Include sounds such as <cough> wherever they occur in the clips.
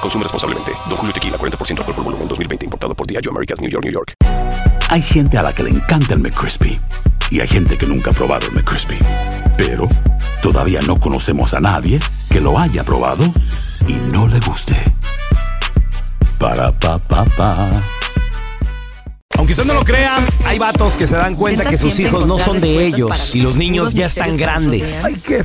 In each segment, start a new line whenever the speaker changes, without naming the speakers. Consume responsablemente. Don Julio Tequila, 40% alcohol por volumen, 2020. Importado por Diageo Americas, New York, New York.
Hay gente a la que le encanta el McCrispy y hay gente que nunca ha probado el McCrispy. Pero todavía no conocemos a nadie que lo haya probado y no le guste. Para pa pa pa.
Aunque usted no lo crea, hay vatos que se dan cuenta que sus hijos no son de ellos y los niños ya están grandes.
qué.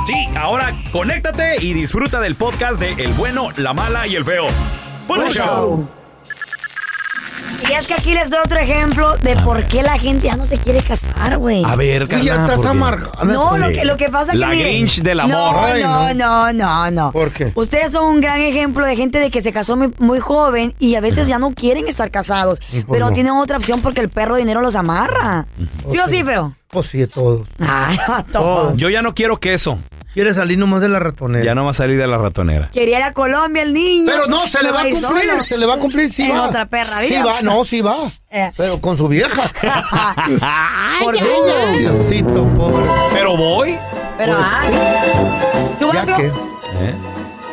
Sí, ahora conéctate y disfruta del podcast de El bueno, la mala y el feo. Bueno, show.
Y es que aquí les doy otro ejemplo de por qué la gente ya no se quiere casar, güey.
A ver,
Y ya
carnal,
estás
¿por qué?
amargado.
No, lo que, lo que pasa es que.
La
miren,
Grinch del amor.
No,
Ay,
no, no, no, no.
¿Por qué?
Ustedes son un gran ejemplo de gente de que se casó muy, muy joven y a veces ya no quieren estar casados.
¿Y por
Pero
no?
tienen otra opción porque el perro dinero los amarra. ¿Sí o sí, feo?
Pues sí, todo.
Ay, <laughs>
Todo.
todo.
Yo ya no quiero queso.
Quiere salir nomás de la ratonera.
Ya no va a salir de la ratonera.
Quería ir a Colombia el niño.
Pero no, se le va a
ir
cumplir,
solo.
se le va a cumplir, sí
pues, En
va.
otra perra
Sí
vida.
va, no, sí va.
Eh.
Pero con su
<laughs>
vieja.
Por
Ay,
Dios.
Diosito, pobre.
Pero voy.
Pero
Pues
ay. ¿Tú vas,
Ya
Feo?
que
¿Eh?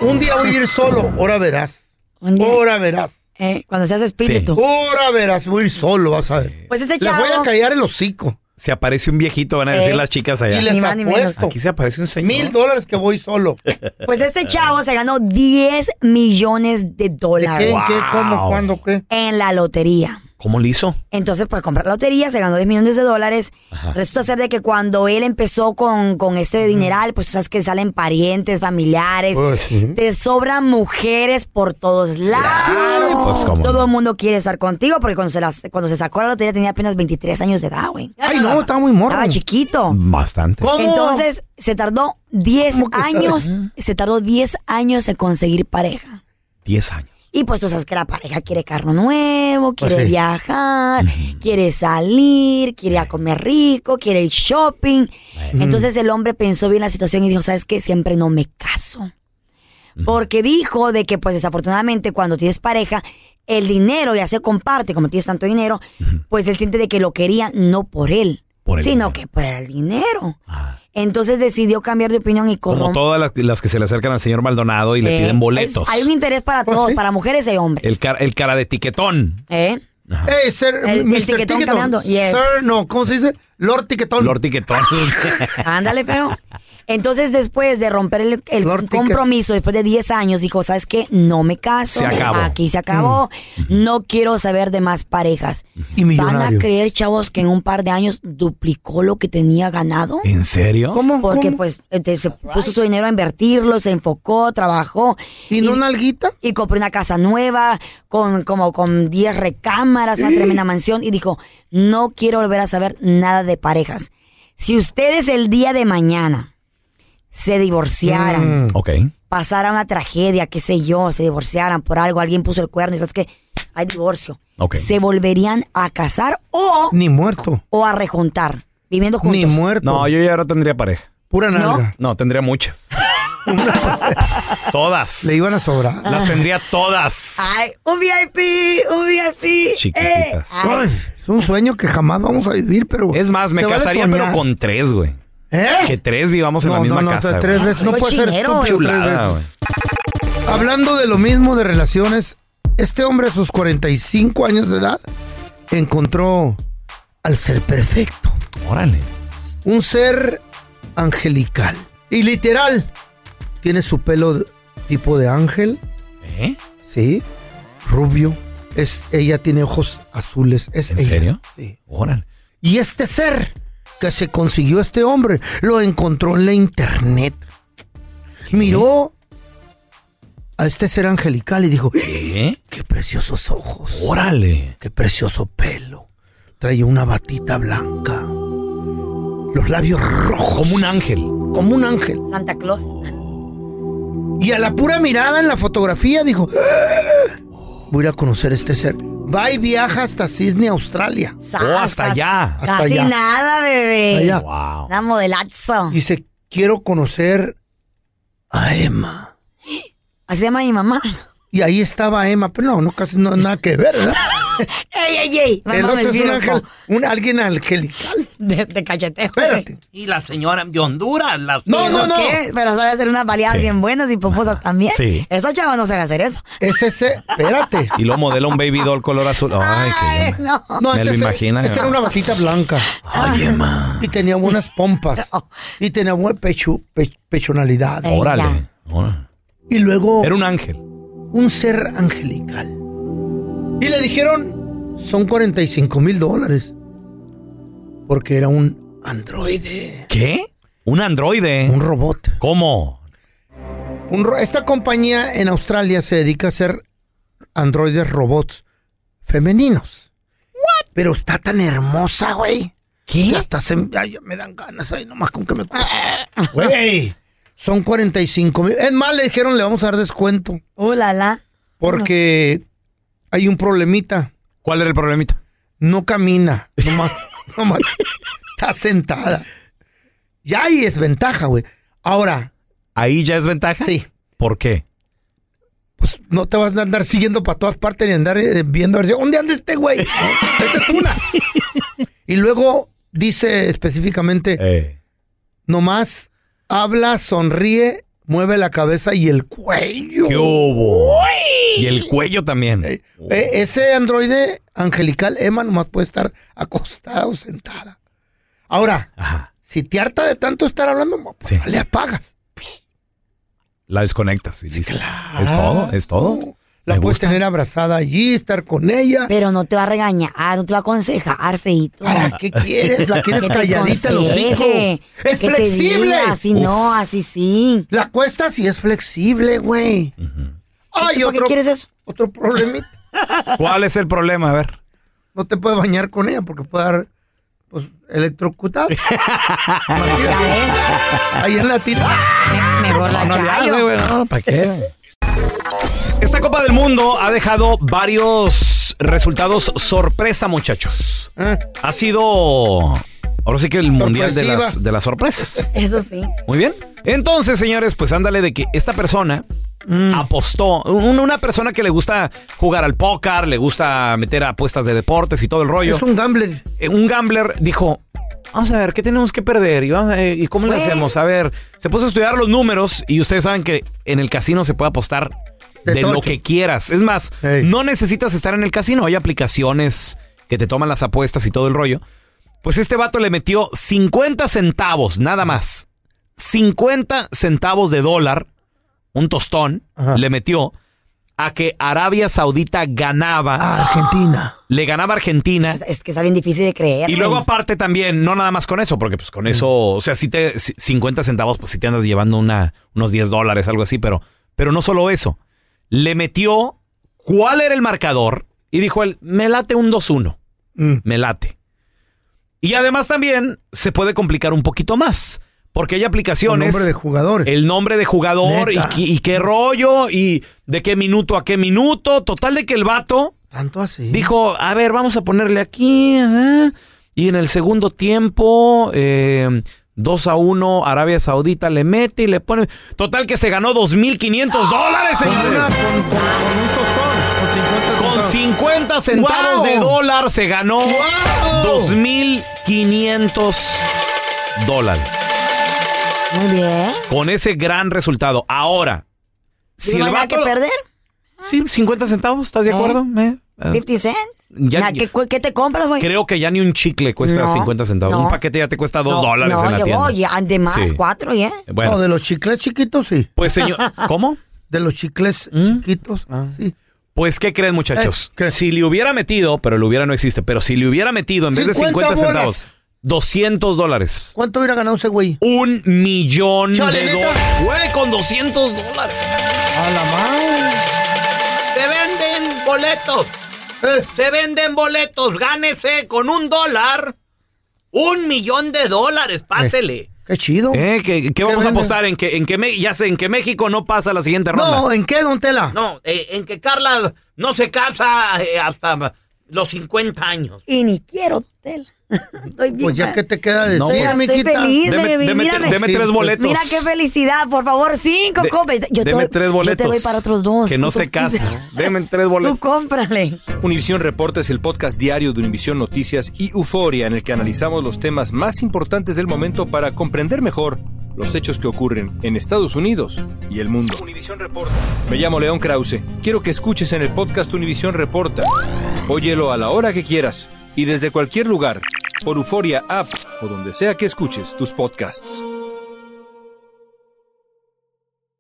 un día voy a ir solo, ahora verás.
Un día,
Ahora verás.
eh, cuando seas espíritu.
Ahora verás, voy a ir solo, vas a ver.
Pues este
Les
chavo.
voy a callar el hocico.
Se aparece un viejito, van a decir
Eh.
las chicas
Y
allá.
les
Ni más ni menos.
apuesto
Aquí se aparece un señor.
mil dólares que voy solo.
Pues este chavo se ganó 10 millones
¿De
de
qué?
dólares
¿En qué? ¿Cómo?
Wow.
¿Cuándo? ¿Qué?
en la lotería.
¿Cómo le hizo?
Entonces, pues comprar la lotería, se ganó 10 millones de dólares. Resulta ser de que cuando él empezó con, con ese dineral, pues tú sabes que salen parientes, familiares,
Pues, sí.
te sobran mujeres por todos lados.
Claro, pues, cómo
Todo
no.
el mundo quiere estar contigo porque cuando se, las- cuando se sacó la lotería tenía apenas 23 años de edad, güey.
Ay, no, está muy morro.
Estaba chiquito.
Bastante.
¿Cómo?
Entonces, se tardó 10
¿Cómo que
años, se tardó 10 años en conseguir pareja.
10 años.
Y pues tú sabes que la pareja quiere carro nuevo, quiere
sí.
viajar, quiere salir, quiere ir a comer rico, quiere el shopping. Entonces el hombre pensó bien la situación y dijo, ¿sabes qué? Siempre no me caso. Porque dijo de que pues desafortunadamente cuando tienes pareja, el dinero ya se comparte, como tienes tanto dinero, pues él siente de que lo quería no por él,
Por el dinero.
sino
Ah.
que por el dinero.
Ah.
Entonces decidió cambiar de opinión y
Como
corrom-
todas las, las que se le acercan al señor Maldonado y le
Eh,
piden boletos.
es- hay un interés para
Pues
todos,
sí.
para mujeres y hombres.
el, cara, el cara de tiquetón.
¿Eh?
Ey, sir,
El- el
Mr.
tiquetón caminando, yes.
Sir, no, ¿cómo se dice? Lord Tiquetón.
Lord
<laughs>
Tiquetón.
Ándale, feo. Entonces, después de romper el, el
Lord Tickets.
compromiso, después de 10 años, dijo, ¿sabes qué? No me caso.
Se acabó.
Aquí se acabó. No quiero saber de más parejas.
Mm. Y millonario.
¿Van a creer, chavos, que en un par de años duplicó lo que tenía ganado?
¿En serio?
¿Cómo?
Porque,
¿Eh? ¿Cómo?
pues, este, se puso su dinero a invertirlo, se enfocó, trabajó.
¿Y no nalguita?
y compró una casa nueva, con como con 10 recámaras, una tremenda mansión, y dijo, no quiero volver a saber nada de parejas. Si ustedes el día de mañana se divorciaran,
Ok.
pasara una tragedia, qué sé yo, se divorciaran por algo, alguien puso el cuerno y sabes que hay divorcio.
Ok.
Se volverían a casar o,
Ni muerto.
o a rejuntar, viviendo juntos.
Ni muerto.
No, yo ya no tendría pareja.
Pura nalga.
No, tendría
<laughs>
muchas. todas.
Le "Ah". iban a sobrar.
Ah,
Las tendría todas.
Ay, un VIP, un VIP.
Chiquititas.
eh, ay.
Ay, es un sueño que jamás vamos a vivir, pero.
Es más, me
se vale
casaría,
soñar.
pero con tres, güey.
¿Eh?
Que tres vivamos en la
No,
misma
no, no,
casa.
tres
güey.
veces. No
Qué
puede ser
cochinero.
estúpido tres
Chulada,
veces.
güey.
Hablando de lo mismo de relaciones, este hombre a sus 45 años de edad encontró al ser perfecto,
Órale.
un ser angelical. Y literal, tiene su pelo de- tipo de ángel,
¿Eh?
sí, rubio. Es, ella tiene ojos azules. Es
¿En
ella.
serio?
Sí.
Órale.
Y este ser que se consiguió este hombre lo encontró en la internet. Miró a este ser angelical y dijo,
¿Eh?
qué preciosos ojos,
Órale.
qué precioso pelo. Traía una batita blanca, los labios rojos,
Como un ángel.
como un ángel.
Santa Claus.
Y a la pura mirada en la fotografía dijo, "Ah, voy a ir a conocer a este ser. Va y viaja hasta Sydney, Australia.
Oh, hasta allá.
Hasta
Casi
allá.
nada, bebé.
Allá.
Wow.
Una modelazo.
Dice, quiero conocer a Emma.
Así se llama mi mamá.
Y ahí estaba Emma, pero no, no casi no, nada que ver,
<laughs>
¿verdad?
Ey, ey, ey.
El
Mamá,
otro es un
me
ángel, un alguien angelical.
de, de cacheteo. <laughs>
Espérate.
Y la señora de Honduras. La...
No, no, no.
¿Qué? Pero sabe hacer unas baleadas
Sí.
bien buenas y pomposas también.
Sí.
Esos chavos no saben hacer eso.
Es ese, espérate.
Y lo modela un baby doll color azul. Ay,
Ay,
qué
no.
No,
Me
este,
lo
es-
imagino.
este era una vaquita blanca
Oye, ma.
y tenía buenas
<laughs>
pompas y tenía buena pecho, pe- pechonalidad.
Ey.
Órale. Órale.
Y luego
Era un ángel.
un ser angelical. Y le dijeron, son 45 mil dólares. Porque era un androide,
¿Qué? Un androide.
un robot.
¿Cómo?
Un ro- esta compañía en Australia se dedica a hacer androides robots femeninos. Pero está tan hermosa, güey. ¿Qué? Hasta se, ay, me dan ganas, ay, nomás con que me... Güey, son 45 mil. Es más, le dijeron, le vamos a dar descuento.
Uh, la, la.
Porque hay un problemita.
¿Cuál era el problemita?
No camina. <laughs> Nomás, nomás está sentada. Ya ahí es ventaja, güey. Ahora,
Ahí ya es ventaja.
sí.
¿Por qué?
pues no te vas a andar siguiendo para todas partes ni andar eh, viendo a ver si- dónde anda este güey. Esa es una. y luego dice específicamente,
Eh.
nomás habla, sonríe, mueve la cabeza y el cuello.
¿Qué hubo? Y el cuello también.
Eh, eh, ese androide angelical, Emma, nomás puede estar acostada o sentada. Ahora,
Ajá.
si te harta de tanto estar hablando, pues,
Sí.
le apagas.
La desconectas. y listo. Es todo, es todo.
La
Me
puedes
gusta.
tener abrazada allí, estar con ella.
Pero no te va a regañar, no te va a aconsejar, feito.
¿Para qué quieres? ¿La quieres
Que te
calladita, los hijos?
aconseje,
¡Es
que te
flexible!
diga, así no, así sí.
La cuesta sí es flexible, güey. Ay,
¿Por qué
otro,
quieres eso?
otro problemita.
¿Cuál es el problema? A ver.
No te puedes bañar con ella porque puede dar, pues,
<laughs>
electrocutado. Ahí en la tira.
Mejor la
No, no le
chayo.
hace, güey, no, ¿para qué? Esta Copa del Mundo ha dejado varios resultados sorpresa, muchachos.
Ah,
Ha sido. Ahora sí que el mundial de
Sorpresiva.
las, de las sorpresas.
Eso sí.
Muy bien. Entonces, señores, pues ándale de que esta persona Mm. apostó. un- una persona que le gusta jugar al póker, le gusta meter apuestas de deportes y todo el rollo.
es un gambler.
Eh, un gambler dijo, vamos a ver, ¿qué tenemos que perder? ¿Y, vamos a- eh, ¿y cómo le
Güey.
hacemos? A ver, se puso a estudiar los números y ustedes saben que en el casino se puede apostar de,
De
lo
tocho.
que quieras. Es más,
Ey.
no necesitas estar en el casino. Hay aplicaciones que te toman las apuestas y todo el rollo. Pues este vato le metió 50 centavos, nada más. 50 centavos de dólar, un tostón,
Ajá.
le metió a que Arabia Saudita ganaba,
Ah, Argentina.
le ganaba a Argentina
Es que está bien difícil de creer.
y luego
güey.
aparte también, no nada más con eso, porque pues con
Mm.
eso, o sea, si te si- 50 centavos, pues si te andas llevando una, unos 10 dólares, algo así, pero, pero no solo eso. Le metió cuál era el marcador y dijo él, me late un 2-1,
Mm.
me late. Y además también se puede complicar un poquito más, Porque hay aplicaciones.
El nombre de jugador.
El nombre de jugador y,
Neta.
qui- y qué rollo y de qué minuto a qué minuto. Total de que el vato
Tanto así.
dijo, a ver, vamos a ponerle aquí. ajá. Y en el segundo tiempo, eh, 2 a 1, Arabia Saudita le mete y le pone... Total que se ganó 2.500 dólares,
Con, Ah, una,
señores.
con, con- con un tostón.
Con
Con 50 centavos.
50 centavos
¡Wow!
de dólar se ganó 2.500 dólares.
pues. Muy bien.
Con ese gran resultado. Ahora, si el
Digo, no hay nada que
vato-
perder.
Sí, 50 centavos, ¿estás de
¿Eh?
acuerdo? Eh, eh.
50 cents.
Ya-
Nada, ¿qué, cu- qué te compras, güey?
Creo que ya ni un chicle cuesta
No,
50 centavos.
no.
un paquete ya te cuesta 2
No,
dólares
no,
en la
yo-
tienda.
oye, de más,
Sí.
cuatro, ¿eh?
Bueno,
No, de los chicles chiquitos, sí.
pues
<laughs>
señor, ¿cómo?
De los chicles
¿Mm?
chiquitos, sí.
Pues, ¿qué creen, muchachos?
Eh, ¿qué?
Si le hubiera metido, pero le hubiera no existe, pero si le hubiera metido en vez de 50
50
centavos, 200 dólares.
¿Cuánto hubiera ganado ese güey?
Un millón
Chale,
de
¿neta?
dólares. Güey, con 200 dólares.
A la madre.
Se venden boletos.
Eh,
Se venden boletos. Gánese con un dólar. Un millón de dólares.
pásele. qué chido.
¿Eh? ¿Qué, qué vamos a
venden?
apostar? ¿En que, en que Me- ya sé, en que México no pasa la siguiente ronda.
no, ¿en qué, don Tela?
No, eh, en que Carla no se casa eh, hasta los 50 años.
Y ni quiero hotel. <laughs> Estoy bien.
Pues ya que te queda decir,
No, pues,
estoy
miquita.
feliz.
Deme,
Baby,
deme-
mírame.
deme tres
Sí,
boletos.
pues, Mira qué felicidad, por favor, cinco
De-
compras. Yo te,
deme
doy,
tres
yo
boletos.
te doy para otros dos.
Que no
Tú <laughs>
se
compras.
casan. Deme tres boletos.
Tú cómprale.
Univisión Reporta es el podcast diario de Univisión Noticias y Euforia en el que analizamos los temas más importantes del momento para comprender mejor los hechos que ocurren en Estados Unidos y el mundo. Me llamo León Krause. Quiero que escuches en el podcast Univisión Reporta. Óyelo a la hora que quieras y desde cualquier lugar por Euforia App o donde sea que escuches tus podcasts.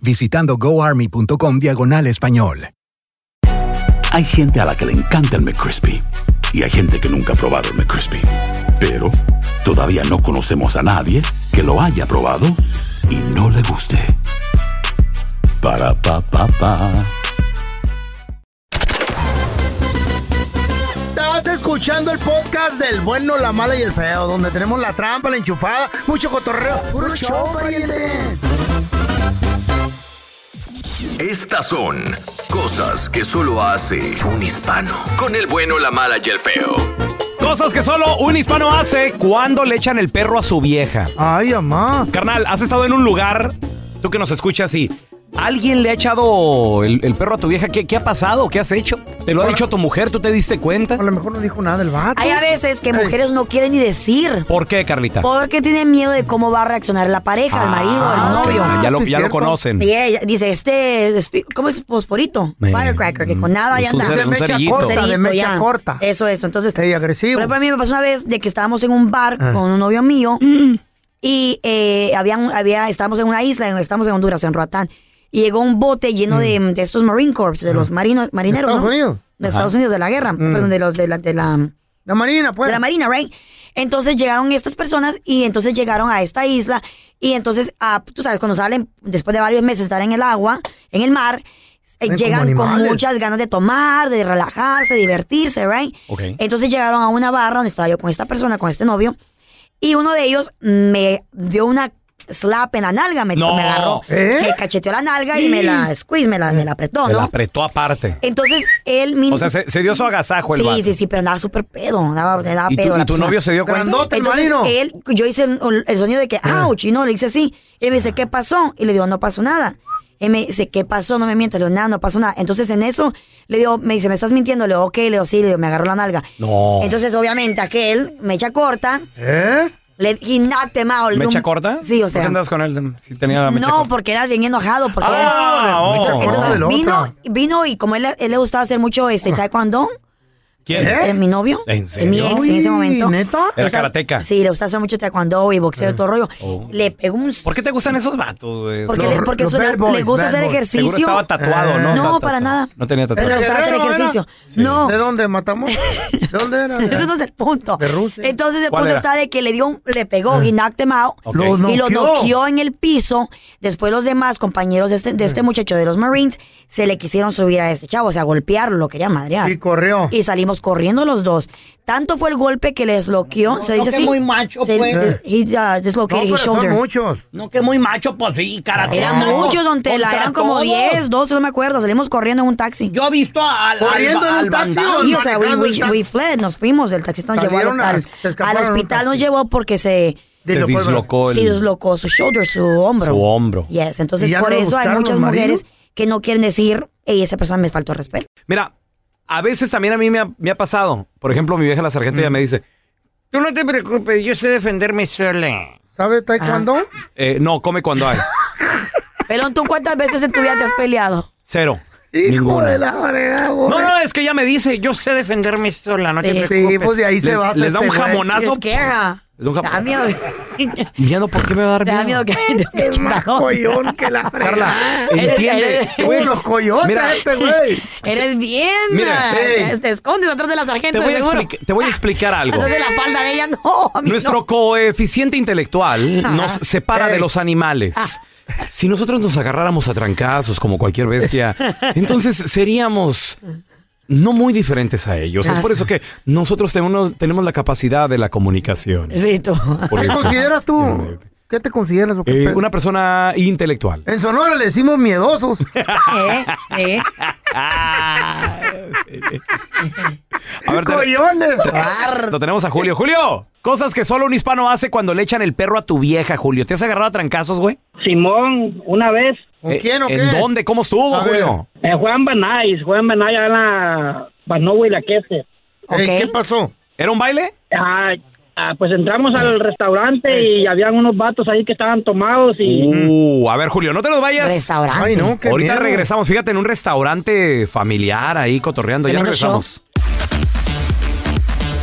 Visitando goarmy.com diagonal español.
Hay gente a la que le encanta el McCrispy y hay gente que nunca ha probado el McCrispy. Pero todavía no conocemos a nadie que lo haya probado y no le guste. Para pa pa pa.
Estás escuchando el podcast del bueno, la mala y el feo, donde tenemos la trampa, la enchufada, mucho cotorreo. ¡Puro show,
Estas son cosas que solo hace un hispano. Con el bueno, la mala y el feo.
Cosas que solo un hispano hace cuando le echan el perro a su vieja.
Ay, mamá.
Carnal, has estado en un lugar, tú que nos escuchas y alguien le ha echado el, el perro a tu vieja. ¿Qué, qué ha pasado? ¿Qué has hecho? ¿Te lo ha dicho tu mujer? ¿Tú te diste cuenta?
A lo mejor no dijo nada el vato.
Hay a veces que
Ey.
mujeres no quieren ni decir
¿Por qué, Carlita?
porque tienen miedo de cómo va a reaccionar la pareja, el marido, el
Ah,
novio.
ok, Ya, lo,
Sí, es
ya lo
cierto.
conocen.
Y ella dice, este, espi- ¿cómo es fosforito?
Eh,
Firecracker, que con nada ya
es un
anda.
cer- un
mecha
cerillito.
corta, de
Cerito,
mecha
ya.
corta.
Eso, eso. Entonces,
Ey, agresivo.
Por ejemplo, a mí me pasó una vez de que estábamos en un bar
Ah.
con un novio mío y eh, habían, había, estábamos en una isla, en- estábamos en Honduras, en Roatán, y llegó un bote lleno de, de estos Marine Corps, de los marinos, marineros,
Mm. Ah. Estados
¿no?
Unidos. Mm.
De Estados Unidos, de la guerra, perdón, de los de la, de la,
La Marina, pues.
de la Marina, right? Entonces llegaron estas personas y entonces llegaron a esta isla y entonces, ah, tú sabes, cuando salen, después de varios meses de estar en el agua, en el mar, eh,
Ven como
llegan con
animales.
muchas ganas de tomar, de relajarse, divertirse, right?
Ok.
Entonces llegaron a una barra donde estaba yo con esta persona, con este novio, y uno de ellos me dio una slap en la nalga. Me,
No.
me agarró.
¿Eh?
Me cacheteó la nalga y me la squeeze, me la, me la apretó,
Se la
¿no?
apretó aparte.
Entonces él mismo.
O sea, se, se dio su agasajo el
Sí,
vato.
sí, sí, pero andaba súper pedo, andaba, andaba
¿Y tu-
pedo. la
y tu
persona.
novio se dio cuenta? Grandote, Ah.
Entonces,
marino.
él, yo hice un- un- el sonido de que, ouch, y no, le hice así. Él me dice, ¿qué pasó? Y le digo, no pasó nada. Él me dice, ¿qué pasó? No me mientas, le digo, nada, no pasó nada. Entonces en eso, le digo, me dice, ¿me estás mintiendo? Le digo, ok, le digo, sí, le digo, me agarró la nalga.
No.
Entonces, obviamente, aquel me echa corta.
¿Eh?
Le, he knocked him out.
¿Mecha corta?
Sí, o
¿Por qué
sea.
andabas con él? Si tenía la mecha
No,
corta.
porque era bien enojado. Porque
Ah,
era-
oh.
Entonces-
Ah,
entonces
del
vino,
otro.
vino y como él, él le gustaba hacer mucho este taekwondo.
¿Quién?
Eh, mi novio.
Ah. ¿En serio?
Mi ex en ese momento. ¿Neta?
Era karateca.
Sí, le gustaba hacer mucho taekwondo y boxeo y todo rollo.
Oh.
Le pegó un...
¿Por qué te gustan esos vatos? güey?
Porque,
Los-
le, porque
los
eso le-
bad boys,
le gusta
bad
hacer
boys.
ejercicio. Ah.
Seguro estaba tatuado,
Ah.
¿no?
No,
Estaba
para
tatuado.
nada. <laughs>
No tenía tatuado.
Le gustaba hacer
guerrero,
ejercicio.
Sí.
No.
¿De dónde?
<laughs>
¿Matamos? ¿De dónde era?
Ese no es el punto.
De Rusia.
Entonces el
¿Cuál
punto
era?
está de que le dio un- le pegó y knocked him out,
Ok. Lo
y lo
noqueó.
noqueó en el piso. Después los demás compañeros de este, de
Ah.
este muchacho de los Marines se le quisieron subir a este chavo, o sea, golpearlo, lo querían madrear.
Y corrió.
Y salimos corriendo los dos. Tanto fue el golpe que le desloqueó, se dice
que
así.
muy macho,
se-
pues.
eh, he, uh,
No,
dislocated
pero
his
son
shoulder.
muchos.
No, que muy macho, pues sí, cara.
Eran muchos, don Tela, eran como 10, 12, no me acuerdo. Salimos corriendo en un taxi. Yo he visto al.
¿Corriendo al- en un al taxi bandado? o
Sí, o sea, we,
manejando
we-
el taxi?
we fled, nos fuimos. El taxista nos llevó al,
Salieron a-
al-
se
al
escaparon en un
hospital, nos llevó porque se.
Se
pues,
Dislocó el- dislocó el-
Se dislocó su shoulder, su hombro.
Su hombro.
Yes,
¿Y
entonces
ya
por
no lo
eso hay
buscaron los
muchas
marinos?
mujeres que no quieren decir, hey, esa persona me faltó respeto.
Mira, a veces también a mí me ha, me ha pasado. Por ejemplo, mi vieja la sargento ya me dice,
Mm. Tú no te preocupes, yo sé defenderme sola.
¿Sabes taekwondo?
Ah.
eh, no, come
<laughs>
cuando hay.
Pelón, ¿tú cuántas veces en tu vida te has peleado?
Cero. Ninguna.
No, no, es que ella me dice, yo sé defenderme sola, no
Sí.
te preocupes.
Sí, pues de ahí se
Les-
basa
Les da un
este güey.
jamonazo.
Es que, ajá.
Les da un
Da
jamonazo.
miedo.
Miedo, ¿por qué me va a dar
Te da
miedo?
miedo que te
Collón que la
Carla,
<laughs>
entiende.
Uy,
los coyotes,
Mira,
este güey.
Eres bien.
Mira.
eh, te escondes atrás de la sargento.
Te voy, a
de seguro.
explica- te voy a
<laughs>
explicar algo.
Atrás de la falda de ella, no. a mí
Nuestro
no.
coeficiente intelectual
Ajá. Ah.
nos separa de los animales. Si nosotros nos agarráramos a trancazos como cualquier
<laughs>
bestia, entonces seríamos no muy diferentes a ellos.
Ah.
Es por eso que nosotros tenemos, tenemos la capacidad de la comunicación.
Sí, tú. <laughs>
Por
¿Qué
eso.
consideras tú? ¿Qué te consideras? o qué
Eh,
pedo?
una persona intelectual.
En Sonora le decimos miedosos.
¿Eh? ¿Sí?
Ah. A ver, te-
¡Coyones!
te- lo tenemos a Julio. Julio, cosas que solo un hispano hace cuando le echan el perro a tu vieja, Julio. ¿Te has agarrado a trancazos, güey?
Simón, una vez.
¿Con quién o qué? Eh, ¿En dónde? ¿Cómo estuvo,
A ver.
Julio?
Eh, Juan Banais, Juan Banais allá en la Banovo y la Quefe.
¿Qué pasó?
¿Era un baile?
Ah, ah, pues entramos al restaurante y habían unos vatos ahí que estaban tomados y...
Uh, a ver, Julio, no te los vayas.
Restaurante. Ay, no, qué
Ah, Ahorita
miedo.
regresamos, fíjate, en un restaurante familiar ahí cotorreando. Ya
Tremendo
regresamos.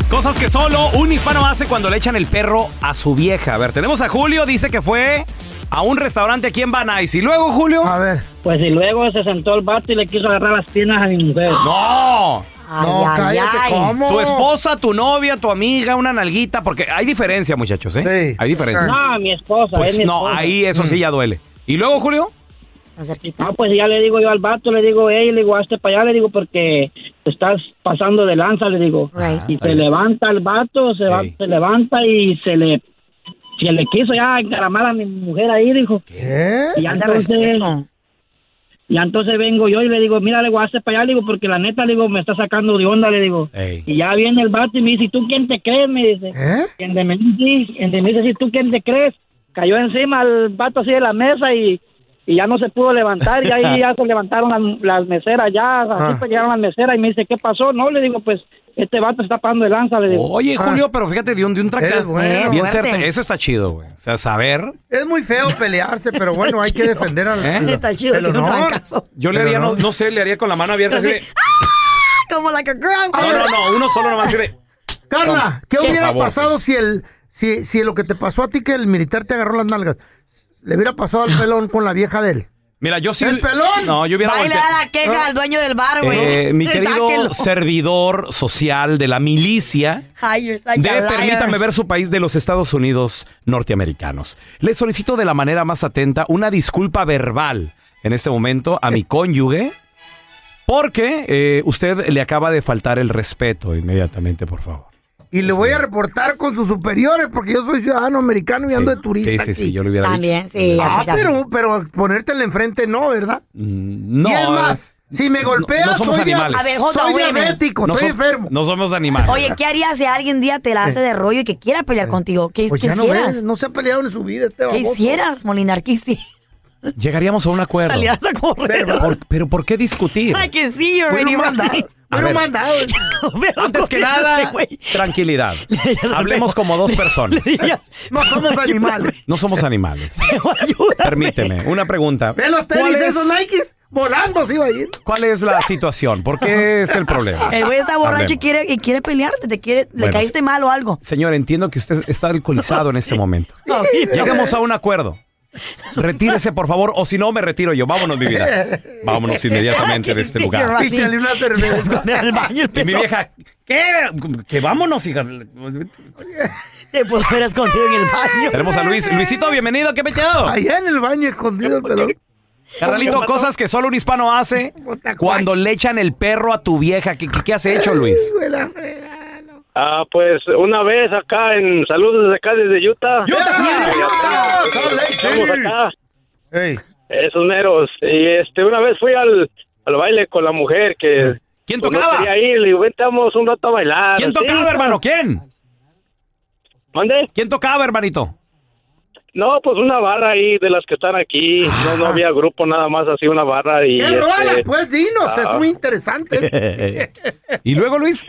Cosas que solo un hispano hace cuando le echan el perro a su vieja. A ver, tenemos a Julio, dice que fue a un restaurante aquí en Van Nuys. Y luego, Julio. A
ver.
Pues y luego se sentó el vato y le quiso agarrar las piernas a mi mujer.
¡No!
No, ay, cállate, ay. ¿cómo?
Tu esposa, tu novia, tu amiga, una nalguita, porque hay diferencia, muchachos, ¿eh? hay diferencia.
No, mi esposa,
Pues
es mi
no,
esposa.
ahí eso sí ya duele. ¿Y luego, Julio?
Ah, pues ya le digo yo al vato, le digo, hey, le digo, hazte para allá, le digo, porque te estás pasando de lanza, le digo. Y se levanta el vato, se, va- se levanta y se le, se le quiso ya encaramar a mi mujer ahí, dijo.
¿Eh?
Y ya
Falta
entonces, y entonces vengo yo y le digo, mira, le digo, hazte para allá, le digo, porque la neta, le digo, me está sacando de onda, le digo. Y ya viene el vato y me dice, ¿y tú quién te crees? Me dice.
¿Eh?
Y donde me dice, y donde me dice, "Sí, ¿tú quién te crees? Cayó encima el vato así de la mesa y, y ya no se pudo levantar. Y ahí ya se levantaron las, las meseras, ya así
Ah.
pues llegaron las meseras y me dice, ¿qué pasó? No, le digo, pues este vato está pasando de lanza, le
Oh.
digo.
Oye, Julio, pero fíjate, de un, de un tranca-
Eres
Eh,
bueno.
bien
Fuerte.
certe- Eso está chido, güey. O sea, saber.
Es muy feo pelearse, pero bueno,
<laughs>
hay que defender al.
¿Eh?
al-
Está chido,
el
tiene un
honor.
Yo le
Pero
haría, no.
no.
no sé, le haría con la mano abierta. así de-
Como like a girl.
no, no, no, uno solo nomás. así de-
Carla, ¿qué,
Por
hubiera
favor. pues.
pasado si el si, si lo que te pasó a ti que el militar te agarró las nalgas le hubiera pasado al pelón con la vieja de él?
Mira, yo sí.
¡El pelón!
No, yo hubiera
Baila
volteado-
la queja al dueño del bar, güey.
Eh,
<laughs>
mi querido
Sáquenlo.
servidor social de la milicia.
Ay, you're such
De
a liar.
Permítame ver su país de los Estados Unidos norteamericanos. Le solicito de la manera más atenta una disculpa verbal en este momento a mi cónyuge porque eh, usted le acaba de faltar el respeto inmediatamente, por favor.
Y le voy a reportar con sus superiores porque yo soy ciudadano americano y ando de turista.
sí, sí, sí, yo lo hubiera También, dicho. sí,
Ah,
aquí se hace.
pero, pero ponértela enfrente no, ¿verdad?
Mm, No.
Y es más, si me
no-
golpeas,
no somos
soy, dia-
animales. A ver,
Jota,
soy
güey, ven.
diabético,
No
estoy
som-
enfermo.
No somos animales.
Oye, ¿qué harías si alguien día te la hace de rollo y que quiera pelear contigo? ¿Qué
Pues ya no
quisieras?
ves, no se ha peleado en su vida este
¿Qué
baboso.
hicieras, Molinar? ¿Qué hicieras?
Llegaríamos a un acuerdo.
<laughs> Salías a correr.
Por- pero ¿por qué discutir?
Ay, que sí, yo
Fue
venía
un mandado,
<laughs>
fue un
mandado.
Antes que nada,
<laughs>
tranquilidad. Hablemos como dos personas. <laughs>
No somos animales.
No somos
<laughs>
animales.
"Oh,
Permíteme, una pregunta.
Ve los
¿Cuál
tenis
es,
esos Nikes volando, sí va a ir.
cuál es la situación? ¿Por
<laughs>
qué es el problema?
El güey está borracho y
Hablemos.
quiere, y quiere pelearte, te quiere, le
Bueno,
caíste mal o algo.
Señor, entiendo que usted está alcoholizado en este momento.
No,
Llegamos a un acuerdo. Retírese, por favor, o si no, me retiro yo. Vámonos, mi
<laughs>
vida. Vámonos inmediatamente de este lugar.
Y échale una
<laughs>
cerveza.
Y mi vieja, ¿qué? Que vámonos, hija.
Te puedo ver escondido en el baño.
Tenemos a Luis. Luisito, bienvenido. ¿Qué peteado?
Allá en el baño escondido el pelón.
Carnalito, cosas que solo un hispano hace cuando le echan el perro a tu vieja. ¿Qué, qué- qué has hecho, Luis?
Ah, pues una vez acá en saludos desde acá desde Utah. Estamos acá. Esos meros. Y este una vez fui al, al baile con la mujer que
¿Quién
pues,
tocaba?
No quería ir, le digo, "Vente, vamos un rato a bailar.
¿Quién
Sí,
tocaba,
no.
hermano? ¿Quién?
¿Mande?
¿Quién tocaba,
<laughs>
hermanito?
No, pues una barra ahí de las que están aquí. No, no había grupo, nada más así una barra y
¿Qué
este,
rola? Pues dinos,
ah.
es muy
<laughs>
interesante.
¿Y luego, Luis?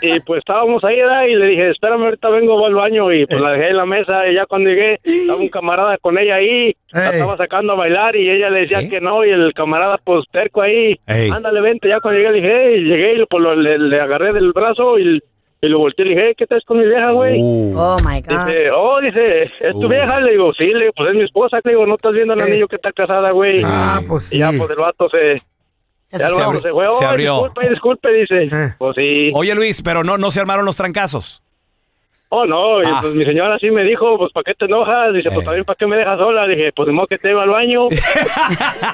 Y pues estábamos ahí, ¿verdad? y le dije, espérame, ahorita vengo, voy al baño, y pues la dejé en la mesa, y ya cuando llegué, estaba un camarada con ella ahí, la
Ey.
estaba sacando a bailar, y ella le decía que no, y el camarada, pues, terco ahí,
Ey.
ándale, vente, ya cuando llegué, le dije, "Ey", llegué, y pues lo- le, le agarré del brazo, y, y lo volteé, y le dije, "Ey, ¿qué traes con mi vieja, güey?
Uh.
Oh, my God.
Dice, oh, dice, ¿es tu vieja? Le digo, sí, le digo, pues es mi esposa. Le digo, ¿no estás viendo el anillo que está casada, güey? Ah,
pues
Y ya, pues el vato se...
Se
ya el
asustó.
vato se fue,
Se
"Oh,
abrió.
Disculpe, disculpe, dice. Pues sí.
Oye, Luis, pero no, no se armaron los trancazos.
Oh, no, y
Ah.
pues mi señora sí me dijo, pues ¿para qué te enojas? Dice, pues también ¿para qué me dejas sola? Dije, pues de modo que te iba al baño.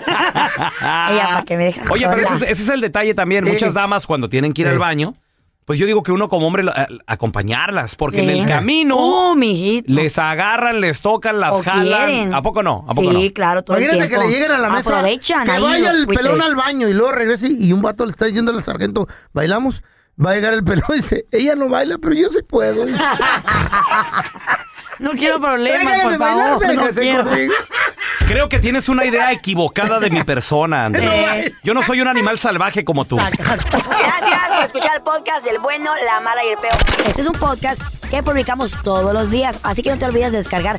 Ella, ¿para qué me dejas
Oye, pero
sola?
ese es, ese es el detalle también.
Sí.
Muchas damas cuando tienen que ir al baño, pues yo digo que uno como hombre lo- a- acompañarlas, porque en el
Sí.
camino
Uh, mijito.
les agarran, les tocan, las
O
jalan.
quieren.
¿A poco no? ¿A poco
Sí,
no?
claro, todo el
Imagínate
tiempo.
que le lleguen a la mesa.
Aprovechan
Que
ahí
vaya
los
el
buitres.
pelón al baño y luego regrese y un vato le está diciendo al sargento, bailamos. Va a llegar el pelón y dice, ella no baila, pero yo sí
<laughs>
puedo.
no quiero problemas,
Déjale
por
de bailar,
favor. no
véngase
quiero.
conmigo.
Creo que tienes una idea equivocada de mi persona, Andrés. Yo no soy un animal salvaje como tú.
<laughs> Gracias por escuchar el podcast del bueno, la mala y el peor. Este es un podcast que publicamos todos los días, así que no te olvides de descargar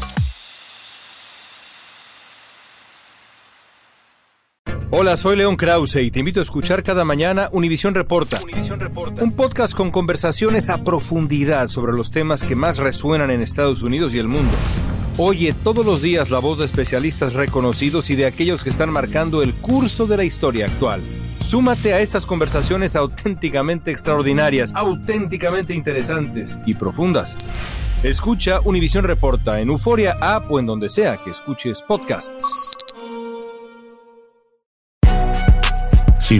Hola, soy León Krause y te invito a escuchar cada mañana Univisión Reporta. Un podcast con conversaciones a profundidad sobre los temas que más resuenan en Estados Unidos y el mundo. Oye todos los días la voz de especialistas reconocidos y de aquellos que están marcando el curso de la historia actual. Súmate a estas conversaciones auténticamente extraordinarias, auténticamente interesantes y profundas. Escucha Univisión Reporta en Euforia App o en donde sea que escuches podcasts.
Si